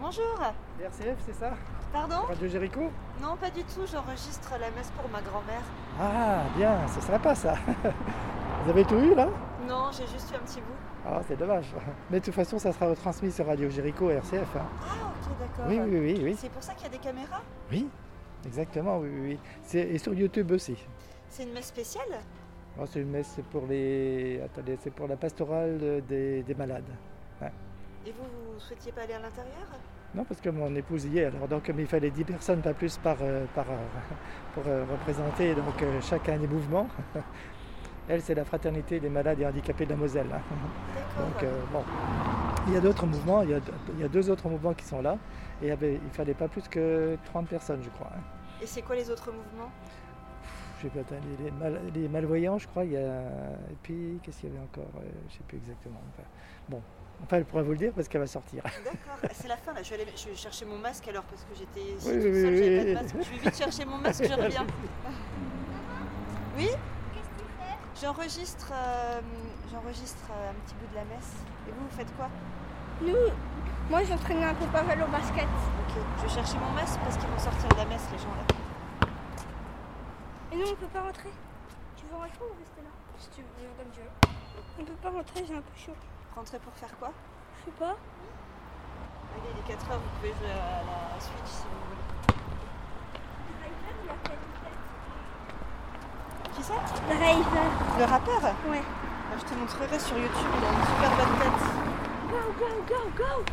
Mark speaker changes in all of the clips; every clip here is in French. Speaker 1: Bonjour
Speaker 2: RCF, c'est ça
Speaker 1: Pardon
Speaker 2: Radio Jéricho
Speaker 1: Non, pas du tout, j'enregistre la messe pour ma grand-mère.
Speaker 2: Ah, bien, c'est sympa ça. Vous avez tout eu là
Speaker 1: Non, j'ai juste eu un petit bout.
Speaker 2: Ah, c'est dommage. Mais de toute façon, ça sera retransmis sur Radio Jéricho et RCF. hein.
Speaker 1: Ah, ok, d'accord.
Speaker 2: Oui, oui, oui, oui.
Speaker 1: C'est pour ça qu'il y a des caméras
Speaker 2: Oui, exactement, oui, oui. oui. C'est- Et sur YouTube aussi.
Speaker 1: C'est une messe spéciale
Speaker 2: Oh, c'est une messe c'est pour les. Attendez, c'est pour la pastorale euh, des, des malades.
Speaker 1: Et vous, vous souhaitiez pas aller à l'intérieur
Speaker 2: Non, parce que mon épouse y est, alors donc comme il fallait 10 personnes, pas plus par, euh, par heure, pour euh, représenter donc euh, chacun des mouvements. Elle, c'est la fraternité des malades et handicapés de la Moselle. hein.
Speaker 1: D'accord.
Speaker 2: Donc euh, bon, il y a d'autres mouvements, il y a, il y a deux autres mouvements qui sont là, et il y avait- il fallait pas plus que 30 personnes, je crois. hein.
Speaker 1: Et c'est quoi les autres mouvements
Speaker 2: Je sais pas, attends, les, les mal- les malvoyants, je crois, il y a... Et puis, qu'est-ce qu'il y avait encore Euh, Je sais plus exactement. Enfin, bon, enfin, elle pourra vous le dire parce qu'elle va sortir.
Speaker 1: D'accord. Ah, C'est la fin là, je vais, aller, je vais chercher mon masque alors parce que j'étais ici
Speaker 2: Oui,
Speaker 1: toute
Speaker 2: oui,
Speaker 1: seule,
Speaker 2: oui,
Speaker 1: j'avais
Speaker 2: oui.
Speaker 1: pas de masque. Je vais vite chercher mon masque, je reviens. Oui J'enregistre euh, j'enregistre euh, un petit bout de la messe. Et vous, vous faites quoi
Speaker 3: Nous, moi j'entraîne un peu pas mal au basket.
Speaker 1: Ok, je vais chercher mon masque parce qu'ils vont sortir de la messe, les gens là.
Speaker 3: Et nous on peut pas rentrer. Tu veux rentrer ou rester là Si tu veux, comme tu veux. On peut pas rentrer, j'ai un peu chaud.
Speaker 1: Rentrez pour faire quoi
Speaker 3: Je sais pas.
Speaker 1: Allez, il est 4h, vous pouvez jouer à la Switch si vous voulez. Qui ça
Speaker 3: Driver.
Speaker 1: Le rappeur
Speaker 3: Ouais.
Speaker 1: Moi, Je te montrerai sur YouTube, il a une super bonne tête.
Speaker 3: Go, go, go, go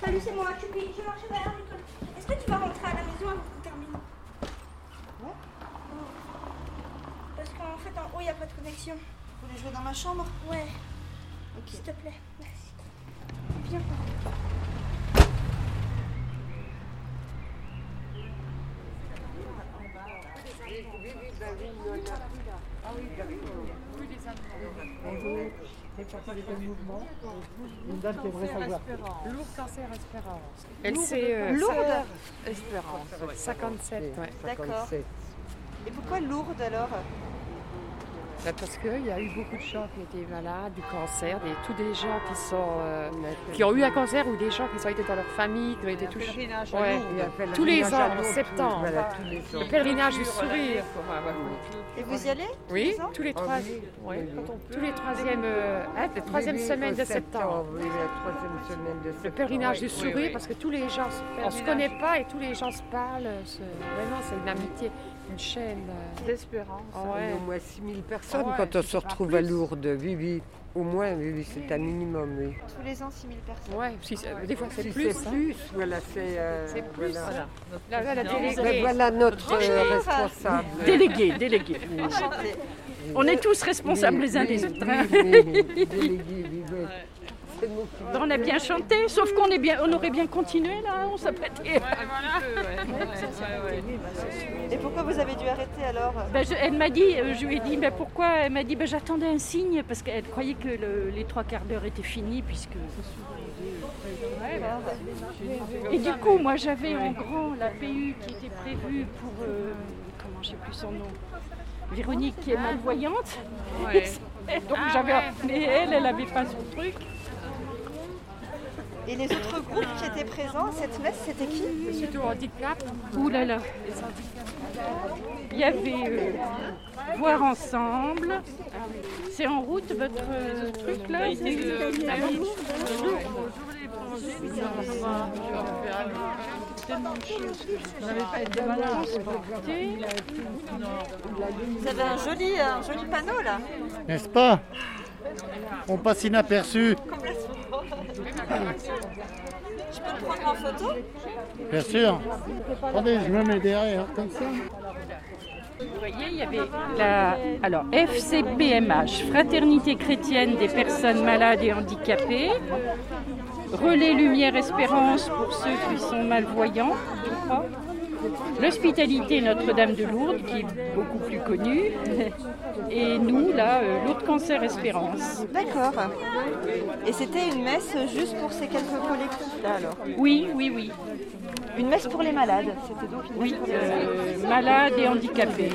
Speaker 3: Salut, c'est moi, Cupid. Je marche vers l'école. Est-ce que tu vas rentrer à la maison avant qu'on termine
Speaker 1: Ouais.
Speaker 3: Parce qu'en fait, en haut, il n'y a pas de connexion.
Speaker 1: Vous voulez jouer dans ma chambre
Speaker 3: Ouais,
Speaker 1: Ok.
Speaker 3: s'il te plaît. Merci. Viens.
Speaker 2: Bonjour, faites partie de quel mouvement Une dame qui aimerait savoir.
Speaker 4: Lourdes cancer espérance.
Speaker 5: LCE
Speaker 1: Lourde
Speaker 4: espérance. 57, ouais.
Speaker 1: D'accord. Et pourquoi lourde alors
Speaker 5: Bah, Parce qu'il y a eu beaucoup de gens qui étaient malades, du cancer, des, tous des gens qui, sont, euh, qui ont eu un cancer ou des gens qui ont été dans leur famille, qui ont été touchés. Ouais. Tous les ans, en septembre. Le pèlerinage du sourire.
Speaker 1: Et vous y allez
Speaker 5: Oui,
Speaker 1: les ans
Speaker 5: tous les
Speaker 6: Ah
Speaker 5: trois, ouais. tous les troisièmes, euh, hein, la troisième semaine de septembre.
Speaker 7: Oui, la troisième semaine de septembre.
Speaker 5: Le pèlerinage du
Speaker 7: Oui,
Speaker 5: sourire,
Speaker 7: oui, oui.
Speaker 5: parce que tous les gens, on se connaît pas et tous les gens se parlent. se- Vraiment, c'est une amitié, une chaîne. euh,
Speaker 4: D'espérance.
Speaker 5: ouais.
Speaker 7: Il y a au moins 6000 personnes
Speaker 4: Ah ouais,
Speaker 7: quand on
Speaker 4: c'est
Speaker 7: se
Speaker 4: pas
Speaker 7: retrouve
Speaker 4: plus.
Speaker 7: à Lourdes. Oui, oui. Au moins, oui, oui, c'est un minimum, oui.
Speaker 1: Tous les ans 6000 personnes.
Speaker 5: Ouais, si c'est- des fois c'est
Speaker 7: Si
Speaker 5: plus.
Speaker 7: C'est
Speaker 5: hein.
Speaker 7: plus, voilà, c'est... euh,
Speaker 5: C'est plus.
Speaker 7: Voilà,
Speaker 5: Là, là, la
Speaker 7: Ben,
Speaker 5: déléguée.
Speaker 7: voilà notre euh,
Speaker 1: Bonjour.
Speaker 7: responsable.
Speaker 6: Délégués, délégués.
Speaker 1: Enchantée.
Speaker 6: On est tous responsables
Speaker 7: Oui,
Speaker 6: les uns
Speaker 7: oui,
Speaker 6: des autres. hein.
Speaker 7: Oui, oui, oui, délégué, oui, oui. C'est nous qui-
Speaker 6: On a bien chanté, sauf qu'on est bien, on aurait bien continué là, hein, on s'apprêtait.
Speaker 1: Et pourquoi vous avez dû arrêter alors
Speaker 6: Ben, je- elle m'a dit, euh, je lui ai dit, mais pourquoi Elle m'a dit, ben, j'attendais un signe parce qu'elle croyait que le- les trois quarts d'heure étaient finis puisque. Et du coup, moi, j'avais en grand la PU qui était prévue pour euh, comment, je sais plus son nom, Véronique qui est malvoyante. Donc j'avais, mais elle, elle n'avait pas son truc.
Speaker 1: Et les autres groupes qui étaient présents à cette messe, c'était qui
Speaker 5: Surtout handicap.
Speaker 6: Ouh là là. Il y avait euh, Voir ensemble. C'est en route votre euh, truc
Speaker 8: Bah,
Speaker 6: là c'est-
Speaker 8: euh,
Speaker 6: Ah oui.
Speaker 1: Vous avez un joli, un joli panneau là.
Speaker 9: N'est-ce pas On passe inaperçu.
Speaker 1: Complètement. Je peux le prendre en photo
Speaker 9: Bien sûr. Attendez, je me mets derrière, comme ça.
Speaker 6: Vous voyez, il y avait la alors, FCPMH, Fraternité chrétienne des personnes malades et handicapées.
Speaker 1: euh,
Speaker 6: Relais Lumière Espérance pour ceux qui sont malvoyants, je crois. l'hospitalité Notre-Dame de Lourdes, qui est beaucoup plus connue, et nous, là, euh, Lourdes Cancer Espérance.
Speaker 1: D'accord. Et c'était une messe juste pour ces quelques collectifs-là, alors
Speaker 6: Oui, oui, oui.
Speaker 1: Une messe pour les malades, c'était donc une messe
Speaker 6: Oui,
Speaker 1: pour les malades.
Speaker 6: euh, malades et handicapés.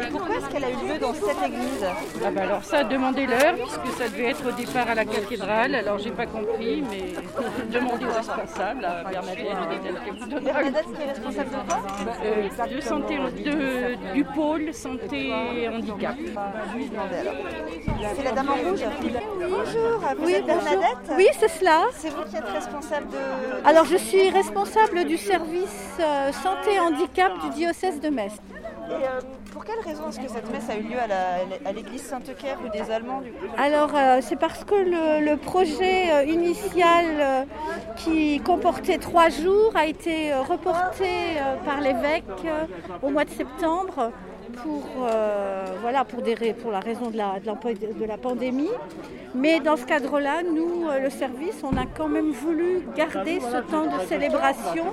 Speaker 1: Et pourquoi est-ce qu'elle a eu lieu dans cette église
Speaker 6: Ah bah alors ça, demandez l'heure, puisque ça devait être au départ à la cathédrale, alors j'ai pas compris, mais demandez aux responsables, à Bernadette, peut-être qu'elle vous donnera une
Speaker 1: Bernadette qui est responsable de quoi
Speaker 6: Euh, de santé, de- du pôle santé handicap.
Speaker 1: C'est la dame en rouge Bonjour, vous êtes Bernadette
Speaker 10: Oui, c'est cela.
Speaker 1: C'est vous qui êtes responsable de...
Speaker 10: Alors, je suis responsable du service euh, santé handicap du diocèse de Metz.
Speaker 1: Et, euh, pour quelle raison est-ce que cette messe a eu lieu à la- à l'église Saint-Eucaire rue des Allemands du coup
Speaker 10: Alors, euh, c'est parce que le, le projet euh, initial euh, qui comportait trois jours a été euh, reporté euh, par l'évêque euh, au mois de septembre pour, euh, voilà, pour, des rais- pour la raison de la, de l'empo- de la pandémie. Mais dans ce cadre-là, nous, euh, le service, on a quand même voulu garder ce temps de célébration.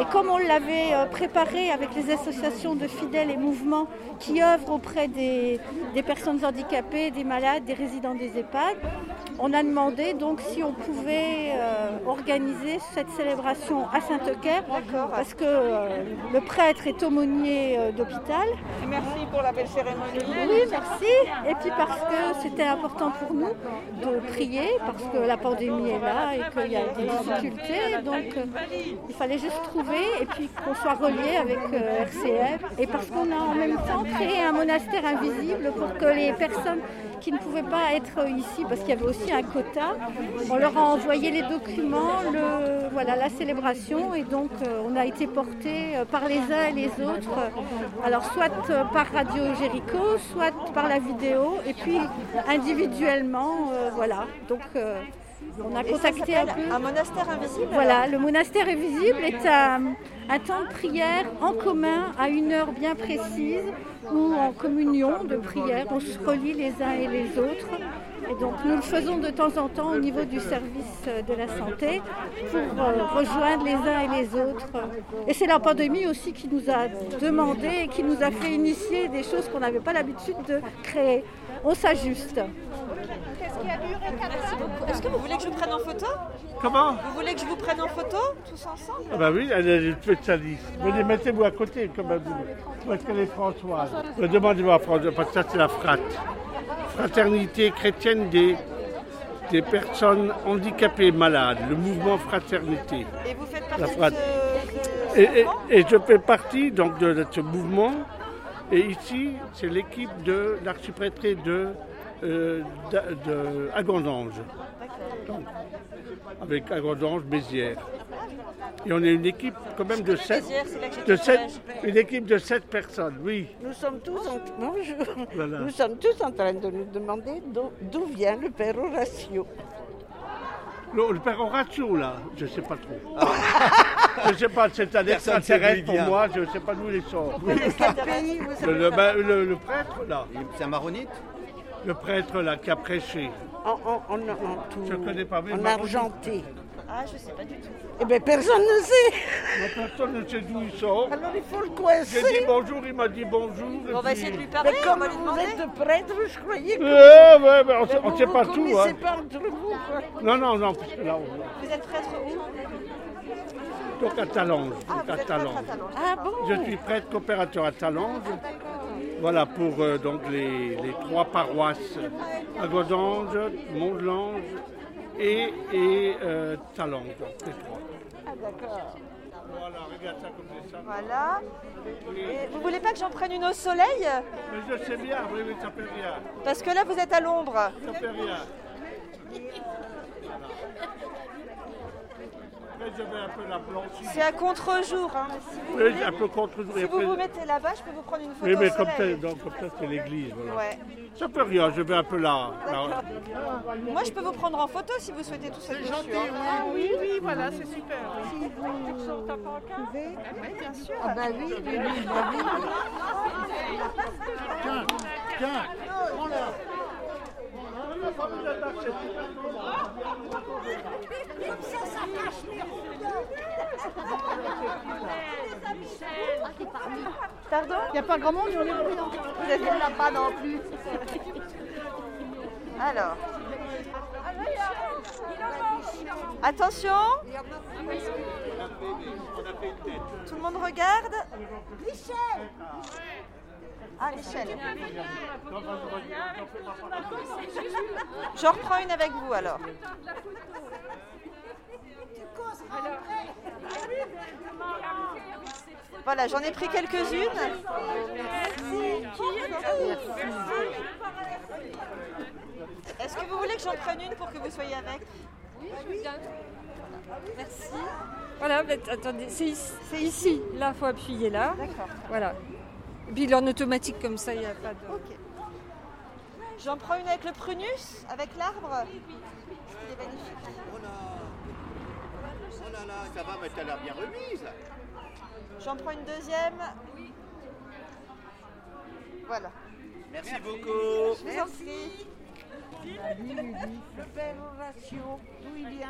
Speaker 10: Et comme on l'avait euh, préparé avec les associations de fidèles et mouvements qui œuvrent auprès des, des personnes handicapées, des malades, des résidents des EHPAD, on a demandé donc si on pouvait euh, organiser cette célébration à Saint-Eucaire, parce que euh, le prêtre est aumônier euh, d'hôpital.
Speaker 1: Merci pour la belle cérémonie.
Speaker 10: Oui, merci. Et puis parce que c'était important pour nous de prier, parce que la pandémie est là et qu'il y a des difficultés. Donc euh, il fallait juste trouver et puis qu'on soit relié avec euh, RCF. Et parce qu'on a en même temps créé un monastère invisible pour que les personnes qui ne pouvaient pas être ici, parce qu'il y avait aussi un quota, on leur a envoyé les documents, le, voilà, la célébration. Et donc euh, on a été porté euh, par les uns et les autres. euh, Alors soit euh, par Radio Jéricho, soit par la vidéo, et puis individuellement, euh, voilà. Donc euh, on a
Speaker 1: Et ça
Speaker 10: contacté un peu.
Speaker 1: s'appelle un monastère invisible
Speaker 10: Voilà, le monastère est visible est un, un temps de prière en commun à une heure bien précise ou en communion de prière. On se relie les uns et les autres. Et donc nous le faisons de temps en temps au niveau du service euh, de la santé pour euh, rejoindre les uns et les autres. Et c'est la pandémie aussi qui nous a demandé et qui nous a fait initier des choses qu'on n'avait pas l'habitude de créer. On s'ajuste.
Speaker 1: Merci beaucoup. Est-ce que vous voulez que je vous prenne en photo
Speaker 9: Comment
Speaker 1: Vous voulez que je vous prenne en photo tous ensemble
Speaker 9: Ah bah oui, elle est une spécialiste. Venez, mettez-vous à côté, comme elle dit. Où est-ce qu'elle est Françoise Mais Demandez-moi à Françoise, parce que ça c'est la frate. Fraternité chrétienne des, des personnes handicapées malades, le mouvement fraternité.
Speaker 1: Et vous faites partie
Speaker 9: La
Speaker 1: de
Speaker 9: frate.
Speaker 1: ce... de-
Speaker 9: Et, et- et je fais partie donc de, ce mouvement. Et ici, c'est l'équipe de l'archiprêtré de, euh, d'A- de Agondange. Donc, avec Agondange, Bézières. Et on est une équipe quand même de sept,
Speaker 1: Bézières, c'est là que j'ai
Speaker 9: de
Speaker 1: fait
Speaker 9: sept-
Speaker 1: mon âge.
Speaker 9: une équipe de sept personnes, oui.
Speaker 11: Nous sommes tous en, bonjour.
Speaker 9: Voilà.
Speaker 11: Nous sommes tous en train de nous demander d'o- d'où vient le père Horatio.
Speaker 9: Le, le père Horatio, là, je ne sais pas trop. je ne sais pas, c'est un
Speaker 12: Ah Personne ne sait d'où
Speaker 9: extraterrestre
Speaker 12: il
Speaker 9: pour
Speaker 12: vient.
Speaker 9: moi, je ne sais pas d'où il sort.
Speaker 11: Pays, vous
Speaker 9: Le,
Speaker 11: savez,
Speaker 9: le-
Speaker 2: bah,
Speaker 9: ben, le- le prêtre, là,
Speaker 12: C'est un maronite
Speaker 9: le prêtre, là, qui a prêché.
Speaker 11: en, en- en- en tout-
Speaker 9: Je connais pas, mais
Speaker 11: en
Speaker 9: ma-
Speaker 11: argenté.
Speaker 1: Ah, je sais pas du tout.
Speaker 11: Eh bien, personne ne sait.
Speaker 9: La personne ne sait d'où il sort.
Speaker 11: Alors, il faut le
Speaker 9: J'ai
Speaker 11: coincer.
Speaker 9: dit bonjour, il m'a dit bonjour. et
Speaker 1: On va
Speaker 9: puis-
Speaker 1: essayer de lui
Speaker 11: Mais
Speaker 1: parler, on
Speaker 11: comme
Speaker 1: va lui
Speaker 11: vous
Speaker 1: demander.
Speaker 11: êtes prêtre, je croyais que...
Speaker 9: Eh, ouais, mais
Speaker 11: Mais
Speaker 9: on ne
Speaker 11: vous
Speaker 9: sait
Speaker 11: vous
Speaker 9: pas tout.
Speaker 11: connaissez
Speaker 9: Hein.
Speaker 11: pas entre vous, quoi.
Speaker 9: Non, non, non, parce que là, on...
Speaker 1: Vous êtes prêtre où
Speaker 9: donc à Talange.
Speaker 1: Ah,
Speaker 9: donc
Speaker 1: vous
Speaker 9: à
Speaker 1: êtes prêtre à
Speaker 9: Talange.
Speaker 1: Talange.
Speaker 11: Ah bon
Speaker 9: Je suis prêtre coopérateur à Talange. Voilà, pour euh, donc les, les trois paroisses, à Godange, Mondelange et, et euh, Talange, donc les trois.
Speaker 1: Ah, d'accord.
Speaker 9: Voilà, regarde ça comme c'est ça.
Speaker 1: Voilà. Et vous voulez pas que j'en prenne une au soleil
Speaker 9: Mais je sais bien, oui, mais ça fait rien,
Speaker 1: Parce que là, vous êtes à l'ombre.
Speaker 9: ça fait rien. Après, je vais un peu la blanchir.
Speaker 1: C'est à contre-jour. hein, mais si vous
Speaker 9: Oui,
Speaker 1: voulez-
Speaker 9: un peu contre jour
Speaker 1: Si vous vous mettez là-bas, je peux vous prendre une photo
Speaker 9: Oui, mais
Speaker 1: au
Speaker 9: comme ça,
Speaker 1: soleil.
Speaker 9: donc, comme ça, c'est l'église. Voilà.
Speaker 1: Ouais.
Speaker 9: Ça peut rien, je vais un peu là. là.
Speaker 1: Moi, je peux vous prendre en photo si vous souhaitez tout ça. C'est gentil.
Speaker 4: Oui, oui, voilà, c'est super.
Speaker 11: Ah bah oui, oui, oui, bah oui.
Speaker 8: Ah
Speaker 9: Tiens, prends-la.
Speaker 11: Comme ça, ça cache les
Speaker 1: Pardon
Speaker 11: Il n'y a pas grand monde, on est bruyant.
Speaker 1: Vous êtes là-bas non plus. Alors. Attention Tout le monde regarde Michel Ah, Michel. Je reprends une avec vous alors. Voilà, j'en ai pris quelques-unes. Est-ce que vous voulez que j'en prenne une pour que vous soyez avec Oui, Merci.
Speaker 12: Voilà, mais attendez, c'est ici, c'est ici. Là, il faut appuyer là.
Speaker 1: D'accord.
Speaker 12: Voilà. Et puis, il est en automatique comme ça, il n'y a pas de.
Speaker 1: Ok. J'en prends une avec le prunus, avec l'arbre. Il est magnifique.
Speaker 8: Oh là là, ça va, mais t'as l'air bien remise.
Speaker 1: J'en prends une deuxième. Voilà.
Speaker 8: Merci, beaucoup.
Speaker 1: Merci.
Speaker 11: Le père Horatio, d'où il vient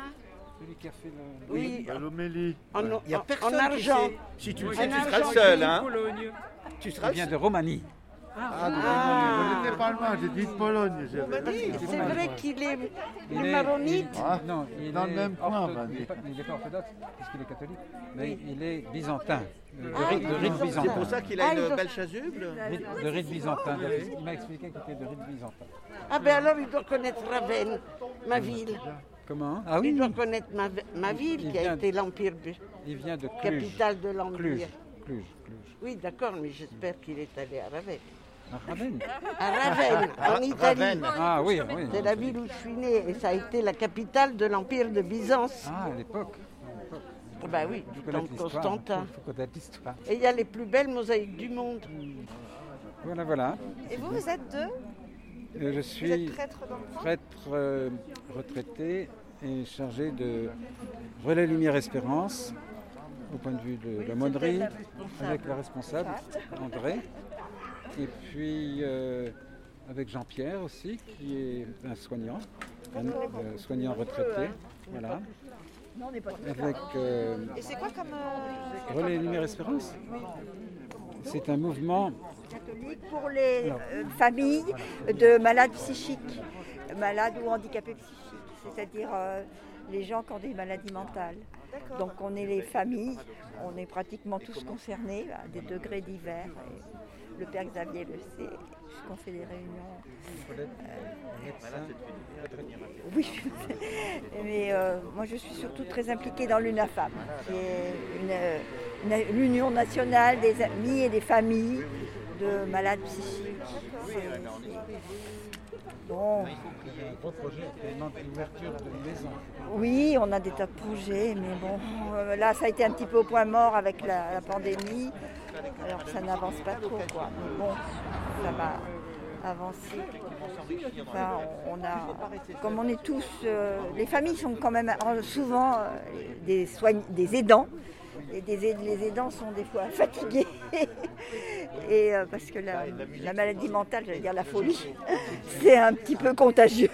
Speaker 13: Celui qui a fait le...
Speaker 11: Oui.
Speaker 8: ah,
Speaker 13: Bah, l'homélie.
Speaker 11: En-
Speaker 13: Ouais.
Speaker 11: en- Il y a personne en qui sait. argent.
Speaker 8: Si tu le
Speaker 13: Oui.
Speaker 8: sais,
Speaker 13: En
Speaker 8: tu seras
Speaker 13: argent,
Speaker 8: le seul.
Speaker 13: il vient de
Speaker 8: Hein.
Speaker 13: Pologne.
Speaker 8: Tu seras
Speaker 13: Il vient de Romanie. Ah, de Romanie. Je n'étais pas loin, j'ai dit de Pologne. j'avais-
Speaker 11: Oui,
Speaker 13: de
Speaker 11: c'est
Speaker 13: Roumanie,
Speaker 11: vrai
Speaker 13: ouais.
Speaker 11: qu'il est,
Speaker 13: Il
Speaker 11: il est
Speaker 13: est-
Speaker 11: maronite.
Speaker 13: il est- non, il
Speaker 11: Dans
Speaker 13: est
Speaker 11: le même coin,
Speaker 13: ortho-
Speaker 11: Vanny.
Speaker 13: il est pas- Il n'est pas orthodoxe, puisqu'il est catholique, mais il est byzantin. Le
Speaker 8: Ah,
Speaker 13: rite,
Speaker 8: il est
Speaker 13: le rite
Speaker 8: byzantin.
Speaker 13: byzantin.
Speaker 8: C'est pour ça qu'il a Ah, une ils ont- belle chasuble.
Speaker 13: Rite- Le rite byzantin. Il m'a expliqué qu'il était de rite byzantin.
Speaker 11: Ah ben alors il doit connaître Ravenne, ma ville.
Speaker 13: Comment Ah oui
Speaker 11: Il doit connaître ma, ma ville
Speaker 13: Ah Il
Speaker 11: qui a
Speaker 13: vient-
Speaker 11: été l'empire, bu-
Speaker 13: Il vient de Cluj.
Speaker 11: capitale de l'empire.
Speaker 13: Cluj. Cluj. Cluj.
Speaker 11: Oui, d'accord, mais j'espère qu'il est allé à Ravenne.
Speaker 13: À Ravenne
Speaker 11: À Ravenne,
Speaker 13: Ah,
Speaker 11: en Italie.
Speaker 13: Ravenne. Ah oui, oui.
Speaker 11: C'est la ville où je suis née et ça a été la capitale de l'empire de Byzance.
Speaker 13: Ah, à l'époque. à l'époque.
Speaker 11: Ah bah oui,
Speaker 13: Faut
Speaker 11: du temps
Speaker 13: connaître
Speaker 11: de
Speaker 13: l'histoire. hein.
Speaker 11: Constantin.
Speaker 13: Faut- faut connaître l'histoire.
Speaker 11: Et il y a les plus belles mosaïques du monde.
Speaker 13: Voilà, voilà.
Speaker 1: Et vous, vous êtes deux
Speaker 13: Euh, Je
Speaker 1: Vous
Speaker 13: suis
Speaker 1: êtes prêtre d'enfants
Speaker 13: prêtre euh, retraité et chargé de Relais Lumière Espérance, au point de vue de la monnerie, avec la responsable, André, et puis euh, avec Jean-Pierre aussi, qui est un soignant, un euh, soignant retraité. Voilà.
Speaker 1: Non, on n'est pas
Speaker 13: Avec euh,
Speaker 1: Et c'est quoi comme. euh,
Speaker 13: Relais Lumière Espérance C'est un mouvement
Speaker 14: pour les
Speaker 13: Alors.
Speaker 14: euh, familles de malades psychiques, malades ou handicapés psychiques, c'est-à-dire euh, les gens qui ont des maladies mentales. Donc on est les familles, on est pratiquement tous concernés à des degrés divers. Et le père Xavier le sait, puisqu'on fait des réunions. Oui, mais euh, moi je suis surtout très impliquée dans l'UNAFAM, qui est une, euh, une- l'Union nationale des amis et des familles de malades psychiques. Bon,
Speaker 13: Il y a un gros projet actuellement d'ouverture de maison.
Speaker 14: oui, on a des tas de projets, mais bon, euh, là ça a été un petit peu au point mort avec la, la pandémie, alors que ça n'avance pas trop, quoi. Mais bon, ça va avancer. Enfin, on on a, comme on est tous, euh, les familles sont quand même euh, souvent euh, des, soign- des aidants. Et des aid- les aidants sont des fois fatigués. Et euh, parce que la, la maladie mentale, j'allais dire la folie, c'est un petit peu contagieux.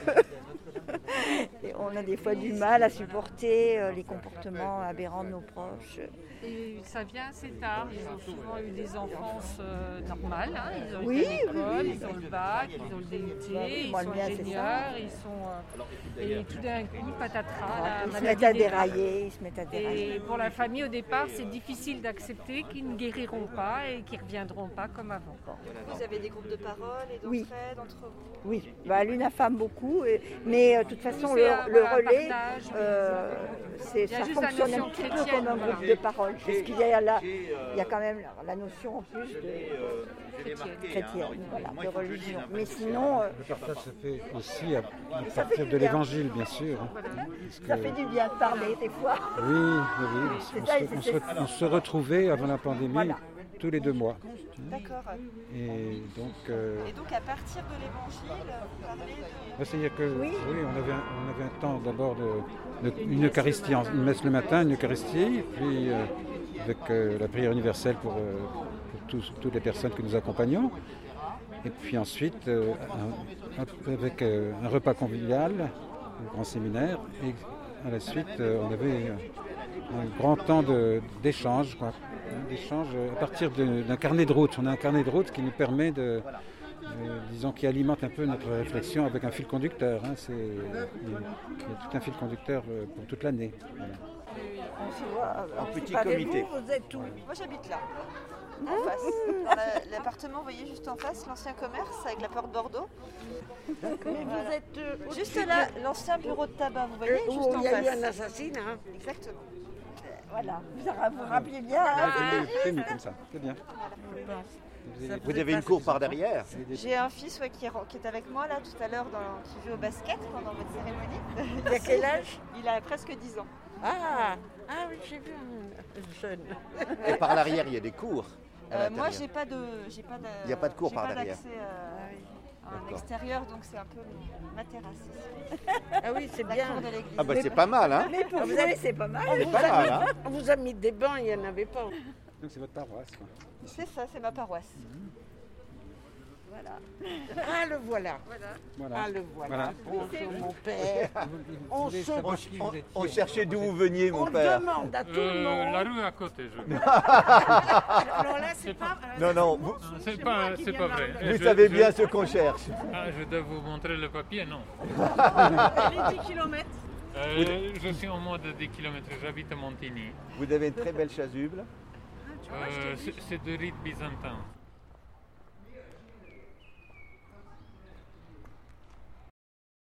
Speaker 14: Et on a des fois du mal à supporter euh, les comportements aberrants de nos proches.
Speaker 15: Et ça vient assez tard. Ils ont souvent eu des enfances euh, normales. hein. Ils ont
Speaker 14: Oui,
Speaker 15: été à l'école,
Speaker 14: oui, oui.
Speaker 15: ils ont le bac, ils ont le DUT,
Speaker 14: Bah oui,
Speaker 15: ils
Speaker 14: moi, le
Speaker 15: sont
Speaker 14: mien, c'est
Speaker 15: ingénieurs,
Speaker 14: ça.
Speaker 15: ils sont. euh, et tout d'un coup, patatras. la
Speaker 14: Ils se
Speaker 15: maladie
Speaker 14: mettent à
Speaker 15: des-
Speaker 14: dérailler, ils se mettent à dérailler.
Speaker 15: Et pour la famille, au départ, c'est difficile d'accepter qu'ils ne guériront pas et qu'ils ne reviendront pas comme avant.
Speaker 1: Vous avez des groupes de parole et
Speaker 14: Oui.
Speaker 1: d'entraide entre vous
Speaker 14: Oui, bah, femme beaucoup, et- mais euh, de toute façon,
Speaker 1: C'est
Speaker 14: le,
Speaker 1: un-
Speaker 14: le
Speaker 1: voilà, un
Speaker 14: relais,
Speaker 1: partage, oui.
Speaker 14: euh, c'est-
Speaker 1: Il y a
Speaker 14: ça
Speaker 1: juste la
Speaker 14: fonctionne un
Speaker 1: notion
Speaker 14: petit peu
Speaker 1: chrétienne,
Speaker 14: comme un
Speaker 1: voilà.
Speaker 14: groupe de parole, parce qu'il y a, la-
Speaker 8: j'ai, euh,
Speaker 14: il y a quand même la, la notion en plus de
Speaker 8: je l'ai marqué, hein.
Speaker 14: chrétienne,
Speaker 8: Alors, il faut-
Speaker 14: voilà,
Speaker 8: moi,
Speaker 14: de
Speaker 8: il faut que je
Speaker 14: religion.
Speaker 8: lise, hein,
Speaker 14: mais sinon, euh,
Speaker 13: Le partage se fait aussi à, à
Speaker 14: Ça fait
Speaker 13: partir
Speaker 14: du
Speaker 13: de
Speaker 14: bien.
Speaker 13: l'évangile, bien sûr. hein. Parce
Speaker 14: ça
Speaker 13: que-
Speaker 14: fait du bien de parler des fois.
Speaker 13: Oui, oui, oui.
Speaker 14: C'est
Speaker 13: On,
Speaker 14: ça,
Speaker 13: se,
Speaker 14: c'est-
Speaker 13: on se-
Speaker 14: c'est-
Speaker 13: on se retrouvait avant la pandémie
Speaker 14: Voilà.
Speaker 13: tous les deux mois.
Speaker 1: D'accord.
Speaker 13: Et donc, euh,
Speaker 1: Et donc, à partir de l'évangile, vous parlez de.
Speaker 13: bah, c'est-à-dire que oui, on, avait un, on avait un temps d'abord de, de- une Eucharistie, en- une messe le matin, une Eucharistie, et puis euh, avec euh, la prière universelle pour, euh, pour tous- toutes les personnes que nous accompagnons. Et puis ensuite, euh, un- un- avec euh, un repas convivial au grand séminaire. Et à la suite, euh, on avait euh, un grand temps de- d'échange, quoi, d'échanges à partir de- d'un carnet de route. On a un carnet de route qui nous permet de, euh, disons, qui alimente un peu notre réflexion avec un fil conducteur. hein. C'est, il y a- il y a tout un fil conducteur euh, pour toute l'année. Voilà.
Speaker 8: En petit comité.
Speaker 14: Vous, vous êtes où
Speaker 1: Moi j'habite là,
Speaker 11: Ah.
Speaker 1: en face. Dans la- L'appartement, vous voyez juste en face, l'ancien commerce avec la porte Bordeaux.
Speaker 11: Mais vous êtes, euh, au-dessus
Speaker 1: juste
Speaker 11: de-
Speaker 1: là, l'ancien bureau de tabac, vous voyez,
Speaker 11: Euh, où
Speaker 1: juste en
Speaker 11: il y a
Speaker 1: face.
Speaker 11: eu un hein. Euh, assassinat.
Speaker 1: Exactement.
Speaker 14: Voilà, vous vous rappelez bien.
Speaker 13: Ah,
Speaker 14: hein
Speaker 13: c'est mieux, c'est mieux comme ça, c'est bien.
Speaker 8: Vous avez- vous avez une cour par derrière
Speaker 1: J'ai un fils ouais, qui, est, qui est avec moi là tout à l'heure, dans- qui joue au basket pendant votre cérémonie.
Speaker 11: Il a quel âge
Speaker 1: Il a presque 10 ans.
Speaker 11: Ah, ah oui, j'ai vu un jeune.
Speaker 8: Et par l'arrière, il y a des cours. à
Speaker 1: Euh, moi
Speaker 8: l'intérieur.
Speaker 1: j'ai pas de. j'ai pas de
Speaker 8: Il y a pas de cours
Speaker 1: j'ai
Speaker 8: par
Speaker 1: pas
Speaker 8: derrière.
Speaker 1: d'accès, euh,
Speaker 11: Ah
Speaker 1: à un
Speaker 8: D'accord.
Speaker 1: extérieur, donc c'est un peu ma terrasse. ici.
Speaker 11: Ah oui, c'est
Speaker 1: La
Speaker 11: bien.
Speaker 1: cour de l'église.
Speaker 8: Ah bah, c'est pas mal, hein
Speaker 11: Mais pour
Speaker 8: Ah, vous savez, c'est pas mal. C'est pas
Speaker 11: a
Speaker 8: mal,
Speaker 11: mis-
Speaker 8: hein
Speaker 11: on vous a mis des bancs, il n'y en avait pas.
Speaker 13: Donc c'est votre paroisse. quoi.
Speaker 1: C'est ça, c'est ma paroisse.
Speaker 11: Voilà. Ah, le voilà.
Speaker 13: Voilà.
Speaker 11: Ah, le
Speaker 13: Voilà.
Speaker 11: voilà. Bonjour, mon père. On se...
Speaker 8: On, on- on cherchait d'où vous veniez, mon
Speaker 11: On
Speaker 8: père.
Speaker 11: demande à tout le
Speaker 16: Euh,
Speaker 11: monde.
Speaker 16: la rue à côté, je
Speaker 11: Alors là, c'est pas...
Speaker 8: Non, non, vous,
Speaker 16: C'est pas, c'est pas vrai.
Speaker 8: vous
Speaker 16: Je-
Speaker 8: savez
Speaker 16: je-
Speaker 8: bien ce qu'on cherche.
Speaker 16: Ah, je dois vous montrer le papier, non
Speaker 4: Les 10 km.
Speaker 16: Euh, Je suis en mode 10 km, j'habite à Montigny.
Speaker 8: Vous avez une très belle chasuble.
Speaker 16: Euh, c'est c'est de rite byzantin.